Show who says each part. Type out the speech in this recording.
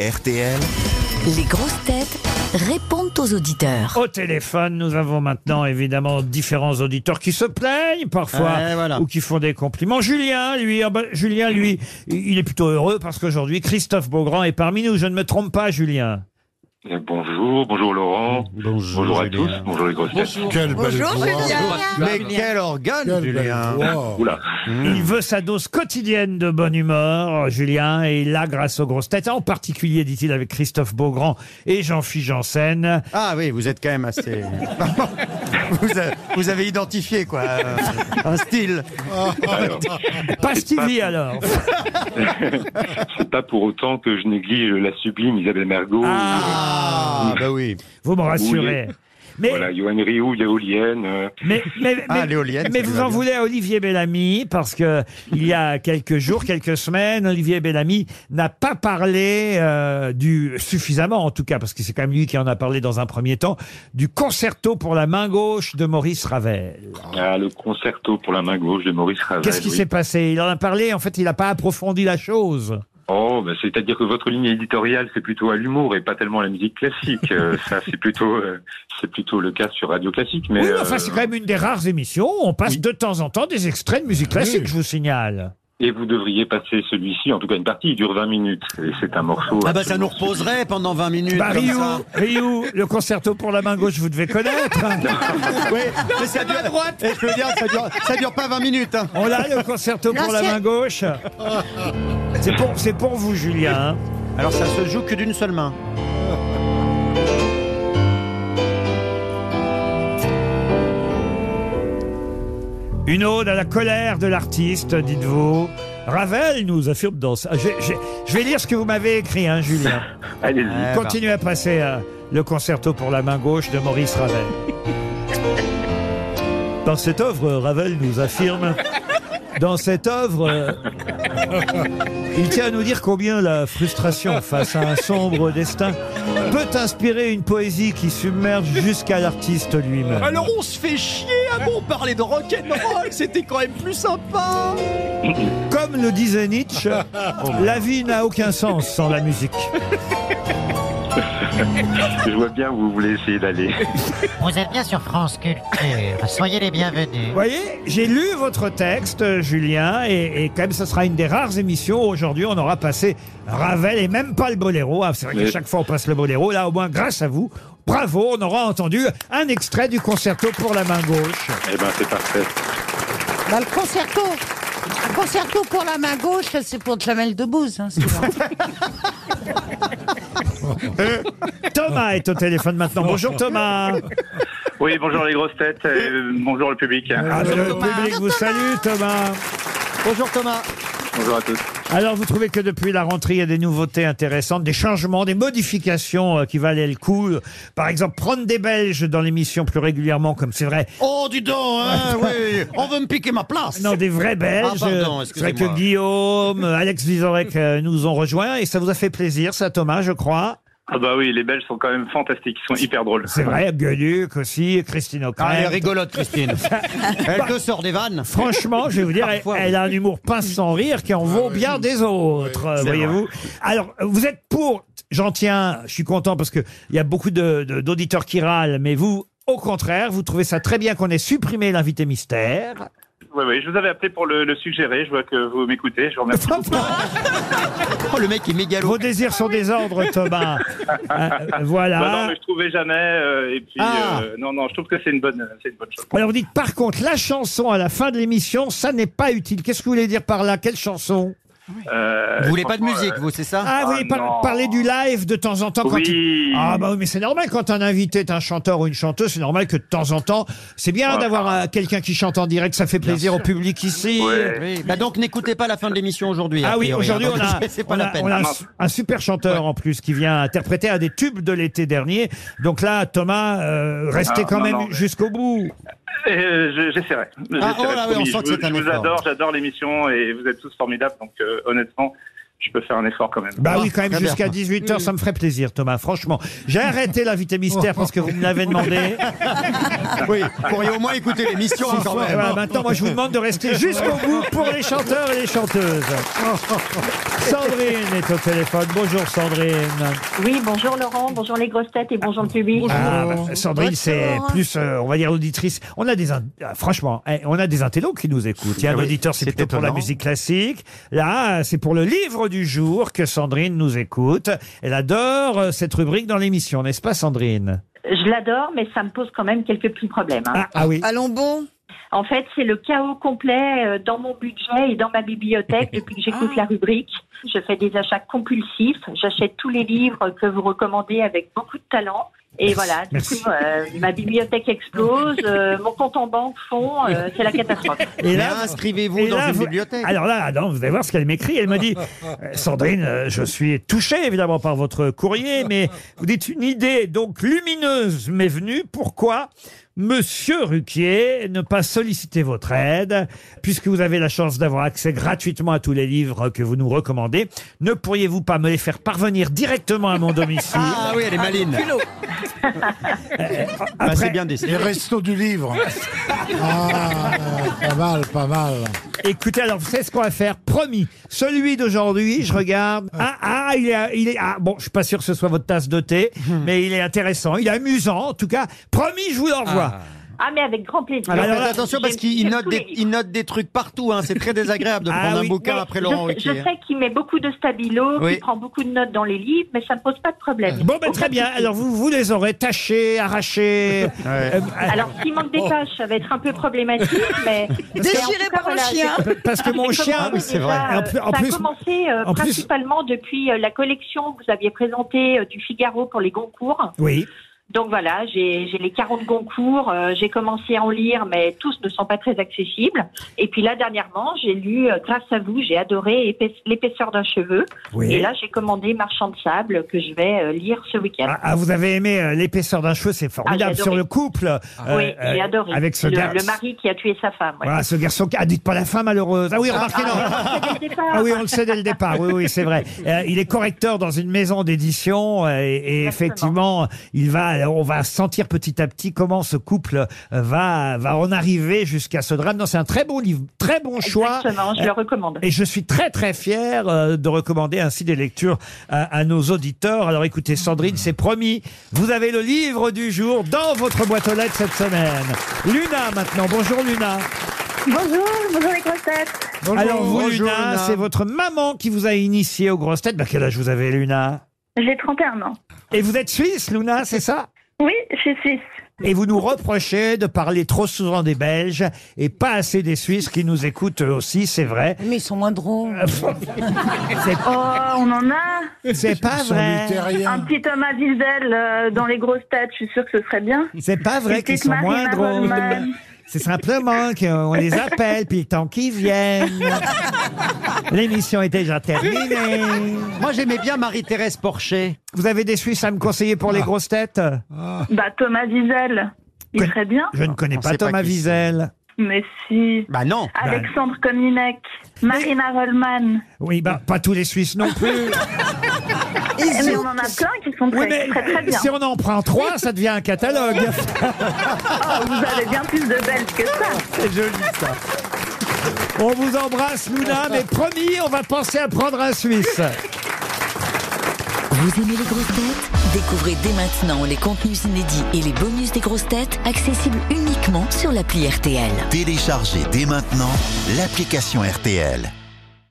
Speaker 1: RTL.
Speaker 2: Les grosses têtes répondent aux auditeurs.
Speaker 3: Au téléphone, nous avons maintenant évidemment différents auditeurs qui se plaignent parfois
Speaker 4: Ouais, voilà.
Speaker 3: ou qui font des compliments. Julien, lui, ah ben, Julien, lui, il est plutôt heureux parce qu'aujourd'hui Christophe Beaugrand est parmi nous. Je ne me trompe pas, Julien.
Speaker 5: Euh, Bonjour, bonjour Laurent.
Speaker 4: Bonjour,
Speaker 5: à tous.
Speaker 4: Julien.
Speaker 5: Bonjour les grosses têtes.
Speaker 6: Quelle belle
Speaker 7: Bonjour
Speaker 6: voix.
Speaker 7: Julien.
Speaker 4: Mais quel organe,
Speaker 6: Quelle belle
Speaker 4: Julien
Speaker 6: voix.
Speaker 5: Oula.
Speaker 3: Il veut sa dose quotidienne de bonne humeur, Julien, et il l'a grâce aux grosses têtes, en particulier, dit-il, avec Christophe Beaugrand et Jean-Philippe Janssen.
Speaker 4: Ah oui, vous êtes quand même assez... vous, a- vous avez identifié, quoi, euh, un style.
Speaker 3: Ah. Pas Stevie alors
Speaker 5: C'est pas pour autant que je néglige la sublime Isabelle Mergot.
Speaker 4: Ah, bah oui.
Speaker 3: Vous me rassurez. Mais,
Speaker 5: Voilà, Johan Rioux, l'éolienne. euh,
Speaker 3: mais, mais,
Speaker 4: Ah,
Speaker 3: mais-
Speaker 4: l'éolienne, ça
Speaker 3: mais vous
Speaker 4: lui va
Speaker 3: en
Speaker 4: bien.
Speaker 3: voulez à Olivier Bellamy parce que il y a quelques jours, quelques semaines, Olivier Bellamy n'a pas parlé euh, du suffisamment, en tout cas, parce que c'est quand même lui qui en a parlé dans un premier temps, du concerto pour la main gauche de Maurice Ravel.
Speaker 5: ah, le concerto pour la main gauche de Maurice Ravel.
Speaker 3: Qu'est-ce qui
Speaker 5: oui.
Speaker 3: s'est passé Il en a parlé. En fait, il n'a pas approfondi la chose.
Speaker 4: Euh,
Speaker 5: Oh, bah, c'est-à-dire que votre ligne éditoriale, c'est plutôt à l'humour et pas tellement à la musique classique. Euh, ça, c'est plutôt, euh, c'est plutôt le cas sur Radio Classique. Mais
Speaker 3: oui, mais
Speaker 5: euh,
Speaker 3: enfin, c'est quand même une des rares émissions où on passe de temps en temps des extraits de
Speaker 4: Ah
Speaker 3: musique classique. Je vous signale.
Speaker 5: et vous devriez passer celui-ci, en tout cas une partie, il dure 20 minutes. Et c'est un morceau.
Speaker 4: Ah bah ça nous
Speaker 5: absolument
Speaker 4: reposerait pendant 20 minutes,
Speaker 3: Bah,
Speaker 4: comme
Speaker 3: Ryu,
Speaker 4: ça.
Speaker 3: Ryu, le concerto pour la main gauche, vous devez connaître.
Speaker 4: Oui, mais ça dure... Et je peux dire, ça dure, ça dure pas 20 minutes. hein.
Speaker 3: On a le concerto pour la
Speaker 7: L'ancien-
Speaker 3: main gauche. C'est pour, c'est pour vous, Julien. hein.
Speaker 4: Alors ça se joue que d'une seule main.
Speaker 3: Une ode à la colère de l'artiste, dites-vous. Ravel nous affirme dans ça. Je, je- je vais lire ce que vous m'avez écrit, hein, Julien.
Speaker 5: Allez-y.
Speaker 4: Eh ben.
Speaker 3: Continuez à passer euh, le concerto pour la main gauche de Maurice Ravel. Dans cette œuvre, Ravel nous affirme. Dans cette œuvre, euh, il tient à nous dire combien la frustration face à un sombre destin peut inspirer une poésie qui submerge jusqu'à l'artiste lui-même.
Speaker 8: Alors on se fait chier, ah bon, on parlait de rock'n'roll, c'était quand même plus sympa
Speaker 3: Comme le disait Nietzsche, la vie n'a aucun sens sans la musique.
Speaker 5: Je vois bien où vous voulez essayer d'aller.
Speaker 9: Vous êtes bien sur France Culture. Soyez les bienvenus.
Speaker 3: Vous voyez, j'ai lu votre texte, euh, Julien, et, et quand même, ce sera une des rares émissions. où Aujourd'hui, on aura passé Ravel et même pas le boléro. Ah, c'est vrai qu'à
Speaker 5: Mais-
Speaker 3: chaque fois, on passe le boléro. Là, au moins, grâce à vous, bravo, on aura entendu un extrait du concerto pour la main gauche.
Speaker 5: Eh ben, c'est parfait.
Speaker 7: Bah, le concerto. Le concerto pour la main gauche, ça, c'est pour Jamel Debbouze. Hein, c'est vrai.
Speaker 3: Thomas est au téléphone maintenant. Bonjour, Thomas.
Speaker 5: Oui, bonjour les grosses têtes, bonjour le public.
Speaker 3: Ah, mais le public vous salue, Thomas.
Speaker 4: Bonjour Thomas.
Speaker 5: Bonjour à tous.
Speaker 3: Alors, vous trouvez que depuis la rentrée, il y a des nouveautés intéressantes, des changements, des modifications euh, qui valaient le coup. Par exemple, prendre des Belges dans l'émission plus régulièrement, comme c'est vrai,
Speaker 4: Oh, dis donc, hein, oui, on veut me piquer ma place.
Speaker 3: Non, des vrais Belges.
Speaker 4: Ah, pardon,
Speaker 3: C'est vrai que
Speaker 4: excusez-moi.
Speaker 3: Guillaume, euh, Alex Vizorek euh, nous ont rejoints et ça vous a fait plaisir, ça, Thomas, je crois.
Speaker 5: Ah bah oui, les Belges sont quand même fantastiques, ils sont hyper drôles.
Speaker 3: C'est vrai, Gueuluc aussi, Christine O'Crane.
Speaker 4: Ah, elle est rigolote, Christine. elle te sort des vannes.
Speaker 3: Franchement, je vais vous dire, elle,
Speaker 4: Parfois, oui. Ah,
Speaker 3: elle a un humour pince sans rire qui en vaut bien des autres, euh, voyez-vous. Alors, euh, vous êtes pour, j'en tiens, je suis content parce que il y a beaucoup de- de- d'auditeurs qui râlent, mais vous, au contraire, vous trouvez ça très bien qu'on ait supprimé l'invité mystère.
Speaker 5: Oui, oui, je vous avais appelé pour le, le suggérer, je vois que vous m'écoutez, je vous remercie.
Speaker 4: Oh, le mec est mégalo.
Speaker 3: Vos désirs sont des ordres, Thomas. Euh, voilà.
Speaker 5: Ah Bah non, mais je trouvais jamais, euh, et puis
Speaker 4: Ah.
Speaker 5: euh, non, non, je trouve que c'est une bonne, euh, c'est une bonne chose.
Speaker 3: Alors vous dites par contre la chanson à la fin de l'émission, ça n'est pas utile. Qu'est-ce que vous voulez dire par là Quelle chanson
Speaker 5: Euh,
Speaker 4: Vous voulez pas de
Speaker 5: franchement,
Speaker 4: musique, vous, c'est ça
Speaker 3: Ah, vous
Speaker 5: Ah,
Speaker 3: voulez par-
Speaker 5: non.
Speaker 3: parler du live de temps en temps
Speaker 5: euh,
Speaker 3: quand il-
Speaker 5: Oui.
Speaker 3: Ah bah oui, mais c'est normal quand un invité est un chanteur ou une chanteuse, c'est normal que de temps en temps, c'est bien
Speaker 5: Ouais.
Speaker 3: d'avoir euh, quelqu'un qui chante en direct, ça fait plaisir au public ici.
Speaker 5: Ouais.
Speaker 4: Oui. Bah donc n'écoutez pas la fin de l'émission aujourd'hui. a
Speaker 3: Ah oui,
Speaker 4: priori,
Speaker 3: aujourd'hui
Speaker 4: hein,
Speaker 3: on
Speaker 4: donc
Speaker 3: a,
Speaker 4: c'est pas
Speaker 3: on
Speaker 4: la
Speaker 3: a,
Speaker 4: peine. Ah,
Speaker 3: on a un,
Speaker 5: Non.
Speaker 3: su- un super chanteur en plus qui vient interpréter un des tubes de l'été dernier. Donc là, Thomas, euh, restez
Speaker 5: Ah,
Speaker 3: quand
Speaker 5: non,
Speaker 3: même
Speaker 5: non, mais-
Speaker 3: jusqu'au bout.
Speaker 5: Euh, je- J'essaierai. J'essaierai,
Speaker 4: oh là, oui, on
Speaker 5: promis.
Speaker 4: sent que
Speaker 5: je, vous-
Speaker 4: c'est un
Speaker 5: je vous
Speaker 4: effort.
Speaker 5: adore, j'adore l'émission et vous êtes tous formidables, donc euh, honnêtement, je peux faire un effort quand même.
Speaker 3: Bah
Speaker 4: Ah,
Speaker 3: oui, quand même,
Speaker 4: très bien.
Speaker 3: jusqu'à 18h, ça me ferait plaisir, Thomas, franchement. J'ai arrêté l'invité mystère parce que vous me l'avez demandé.
Speaker 4: bah, Oui, vous pourriez au moins écouter l'émission hein, quand
Speaker 3: ah
Speaker 4: même.
Speaker 3: bah, Voilà, maintenant, moi, je vous demande de rester jusqu'au bout pour les chanteurs et les chanteuses. Sandrine est au téléphone. Bonjour Sandrine.
Speaker 1: Oui, bonjour Laurent, bonjour les grosses têtes et bonjour le public.
Speaker 3: Ah, bah, Sandrine, c'est plus, euh, on va dire, l'auditrice. On a des, in- ah, franchement, eh, on a des intellos qui nous écoutent. Il y a un
Speaker 4: Ah oui,
Speaker 3: auditeur, c'est
Speaker 4: c'est
Speaker 3: plutôt pour la
Speaker 4: étonnant.
Speaker 3: musique classique. Là, c'est pour le livre du jour que Sandrine nous écoute. Elle adore euh, cette rubrique dans l'émission, n'est-ce pas, Sandrine
Speaker 1: Je l'adore, mais ça me pose quand même quelques petits problèmes. hein.
Speaker 3: ah, ah oui.
Speaker 7: Allons bon.
Speaker 1: En fait, c'est le chaos complet euh, dans mon budget et dans ma bibliothèque depuis que j'écoute la rubrique. Je fais des achats compulsifs, j'achète tous les livres que vous recommandez avec beaucoup de talent. Et
Speaker 3: Merci,
Speaker 1: voilà, du
Speaker 3: merci.
Speaker 1: coup, euh, ma bibliothèque explose, euh, mon compte en banque fond, euh, c'est la catastrophe.
Speaker 3: Et
Speaker 4: Mais
Speaker 3: là,
Speaker 4: inscrivez-vous
Speaker 3: et
Speaker 4: dans
Speaker 3: là,
Speaker 4: une
Speaker 3: vous- Ah,
Speaker 4: bibliothèque.
Speaker 3: Alors là, non, vous allez voir ce qu'elle m'écrit. Elle me dit euh, Sandrine, euh, je suis touchée évidemment par votre courrier, mais vous dites une idée donc lumineuse m'est venue. Pourquoi Monsieur Ruquier, ne pas solliciter votre aide, puisque vous avez la chance d'avoir accès gratuitement à tous les livres que vous nous recommandez, ne pourriez-vous pas me les faire parvenir directement à mon domicile
Speaker 4: Ah oui, elle est maline. Bah, c'est
Speaker 3: Après,
Speaker 4: bien décidé.
Speaker 6: Les restos du livre. Ah, pas mal, pas mal.
Speaker 3: Écoutez, alors, vous savez ce qu'on va faire Promis. Celui d'aujourd'hui, je regarde. Ah, ah, il est, il est, ah, bon, je suis pas sûr que ce soit votre tasse de thé, mais il est intéressant, il est amusant, en tout cas. Promis, je vous l'envoie.
Speaker 1: Ah, mais avec grand plaisir.
Speaker 4: Alors,
Speaker 3: Alors
Speaker 4: faites
Speaker 3: là,
Speaker 4: attention parce
Speaker 1: j'aime-
Speaker 4: qu'il
Speaker 1: j'aime
Speaker 4: note
Speaker 1: tous
Speaker 4: des,
Speaker 1: les livres.
Speaker 4: il note des trucs partout. Hein. C'est très désagréable de
Speaker 3: Ah
Speaker 4: prendre
Speaker 3: oui.
Speaker 4: un bouquin
Speaker 1: Mais
Speaker 4: après Laurent
Speaker 1: je, je
Speaker 4: Ruquier. hein.
Speaker 3: hein.
Speaker 1: sais qu'il met beaucoup de stabilo,
Speaker 4: Oui.
Speaker 1: qu'il prend beaucoup de notes dans les livres, mais ça ne me pose pas de problème.
Speaker 3: Bon, ben,
Speaker 1: Aucun
Speaker 3: très bien.
Speaker 1: souci.
Speaker 3: Alors, vous, vous les aurez tachés, arrachés.
Speaker 4: Ouais.
Speaker 3: Euh,
Speaker 1: Alors, s'il manque des tâches, ça va être un peu problématique, mais.
Speaker 7: Déchiré par un chien.
Speaker 3: euh, parce que mon chien.
Speaker 4: Ah oui, c'est vrai.
Speaker 1: Ça,
Speaker 3: En plus- en
Speaker 1: ça
Speaker 3: plus-
Speaker 1: a commencé euh,
Speaker 3: en plus-
Speaker 1: principalement depuis euh, la collection que vous aviez présentée euh, du Figaro pour les Goncourt.
Speaker 3: Oui.
Speaker 1: Donc voilà, j'ai j'ai les 40 Goncourt, euh, j'ai commencé à en lire, mais tous ne sont pas très accessibles. Et puis là, dernièrement, j'ai lu, euh, grâce à vous, j'ai adoré Épaisse- L'épaisseur d'un cheveu. Et
Speaker 3: Oui.
Speaker 1: là, j'ai commandé Marchand de sable que je vais euh, lire ce week-end.
Speaker 3: Ah, ah, vous avez aimé euh, l'épaisseur d'un cheveu, c'est
Speaker 1: Ah,
Speaker 3: formidable
Speaker 1: j'ai adoré.
Speaker 3: sur le couple. euh,
Speaker 1: oui, j'ai
Speaker 3: euh,
Speaker 1: adoré.
Speaker 3: Avec ce
Speaker 1: le,
Speaker 3: gar-
Speaker 1: le mari qui a tué sa femme. ouais.
Speaker 3: Voilà, ce garçon. qui- Ah, dites pas la fin malheureuse. Ah oui, remarquez, non.
Speaker 1: Dès le départ.
Speaker 3: Ah oui, on le sait dès le départ. Oui, oui, c'est vrai. Euh, il est correcteur dans une maison d'édition euh, et, et effectivement,
Speaker 1: Exactement.
Speaker 3: il va, on va sentir petit à petit comment ce couple euh, va, va en arriver jusqu'à ce drame. Non, c'est un très bon livre, très bon choix. Euh,
Speaker 1: Exactement, je le recommande.
Speaker 3: Et je suis très très fier euh, de recommander ainsi des lectures à, à nos auditeurs. Alors écoutez, Sandrine, c'est promis, vous avez le livre du jour dans votre boîte aux lettres cette semaine. Luna maintenant, bonjour Luna.
Speaker 1: Bonjour, bonjour les grosses têtes.
Speaker 4: Bonjour,
Speaker 3: Alors vous
Speaker 4: bonjour,
Speaker 3: Luna,
Speaker 4: Luna.
Speaker 3: c'est votre maman qui vous a initié aux grosses têtes. Bah, quel âge vous avez Luna
Speaker 1: J'ai 31 ans.
Speaker 3: Et vous êtes suisse Luna, c'est ça
Speaker 1: Oui, je suis suisse.
Speaker 3: et vous nous reprochez de parler trop souvent des Belges et pas assez des Suisses qui nous écoutent eux aussi, c'est vrai.
Speaker 7: Mais ils sont moins drôles.
Speaker 1: Oh, on en a
Speaker 3: C'est pas
Speaker 6: Ils sont
Speaker 3: vrai.
Speaker 1: un
Speaker 6: luthériens.
Speaker 1: petit Thomas Wiesel euh, dans les grosses têtes, je suis sûre que ce serait bien.
Speaker 3: C'est pas vrai
Speaker 1: Une
Speaker 3: qu'ils
Speaker 1: petite
Speaker 3: sont
Speaker 1: Marina
Speaker 3: moins drôles.
Speaker 1: Rollman.
Speaker 3: C'est simplement qu'on les appelle, puis le temps qu'ils viennent. L'émission est déjà terminée.
Speaker 4: Moi, j'aimais bien Marie-Thérèse Porcher.
Speaker 3: Vous avez des Suisses à me conseiller pour les
Speaker 4: Ah.
Speaker 3: grosses têtes Ah.
Speaker 1: Bah, Thomas Wiesel, il
Speaker 3: Que-
Speaker 1: serait bien.
Speaker 3: Je ne connais
Speaker 4: On
Speaker 3: pas
Speaker 4: sait pas
Speaker 3: Thomas
Speaker 4: qui c'est.
Speaker 3: Wiesel.
Speaker 1: Mais si.
Speaker 4: Bah non.
Speaker 1: Alexandre Kominek, Marina Rollman.
Speaker 3: Oui, bah, pas tous les Suisses non plus.
Speaker 1: Eh, mais on en a plein qui sont très,
Speaker 3: Oui, mais
Speaker 1: très, très bien.
Speaker 3: si on en prend trois, ça devient un catalogue.
Speaker 1: Oh, vous avez bien plus de belles que ça.
Speaker 4: C'est joli ça.
Speaker 3: On vous embrasse, Luna, mais promis, on va penser à prendre un Suisse.
Speaker 2: Vous aimez les grosses têtes Découvrez dès maintenant les contenus inédits et les bonus des grosses têtes accessibles uniquement sur l'appli RTL.
Speaker 10: Téléchargez dès maintenant l'application RTL.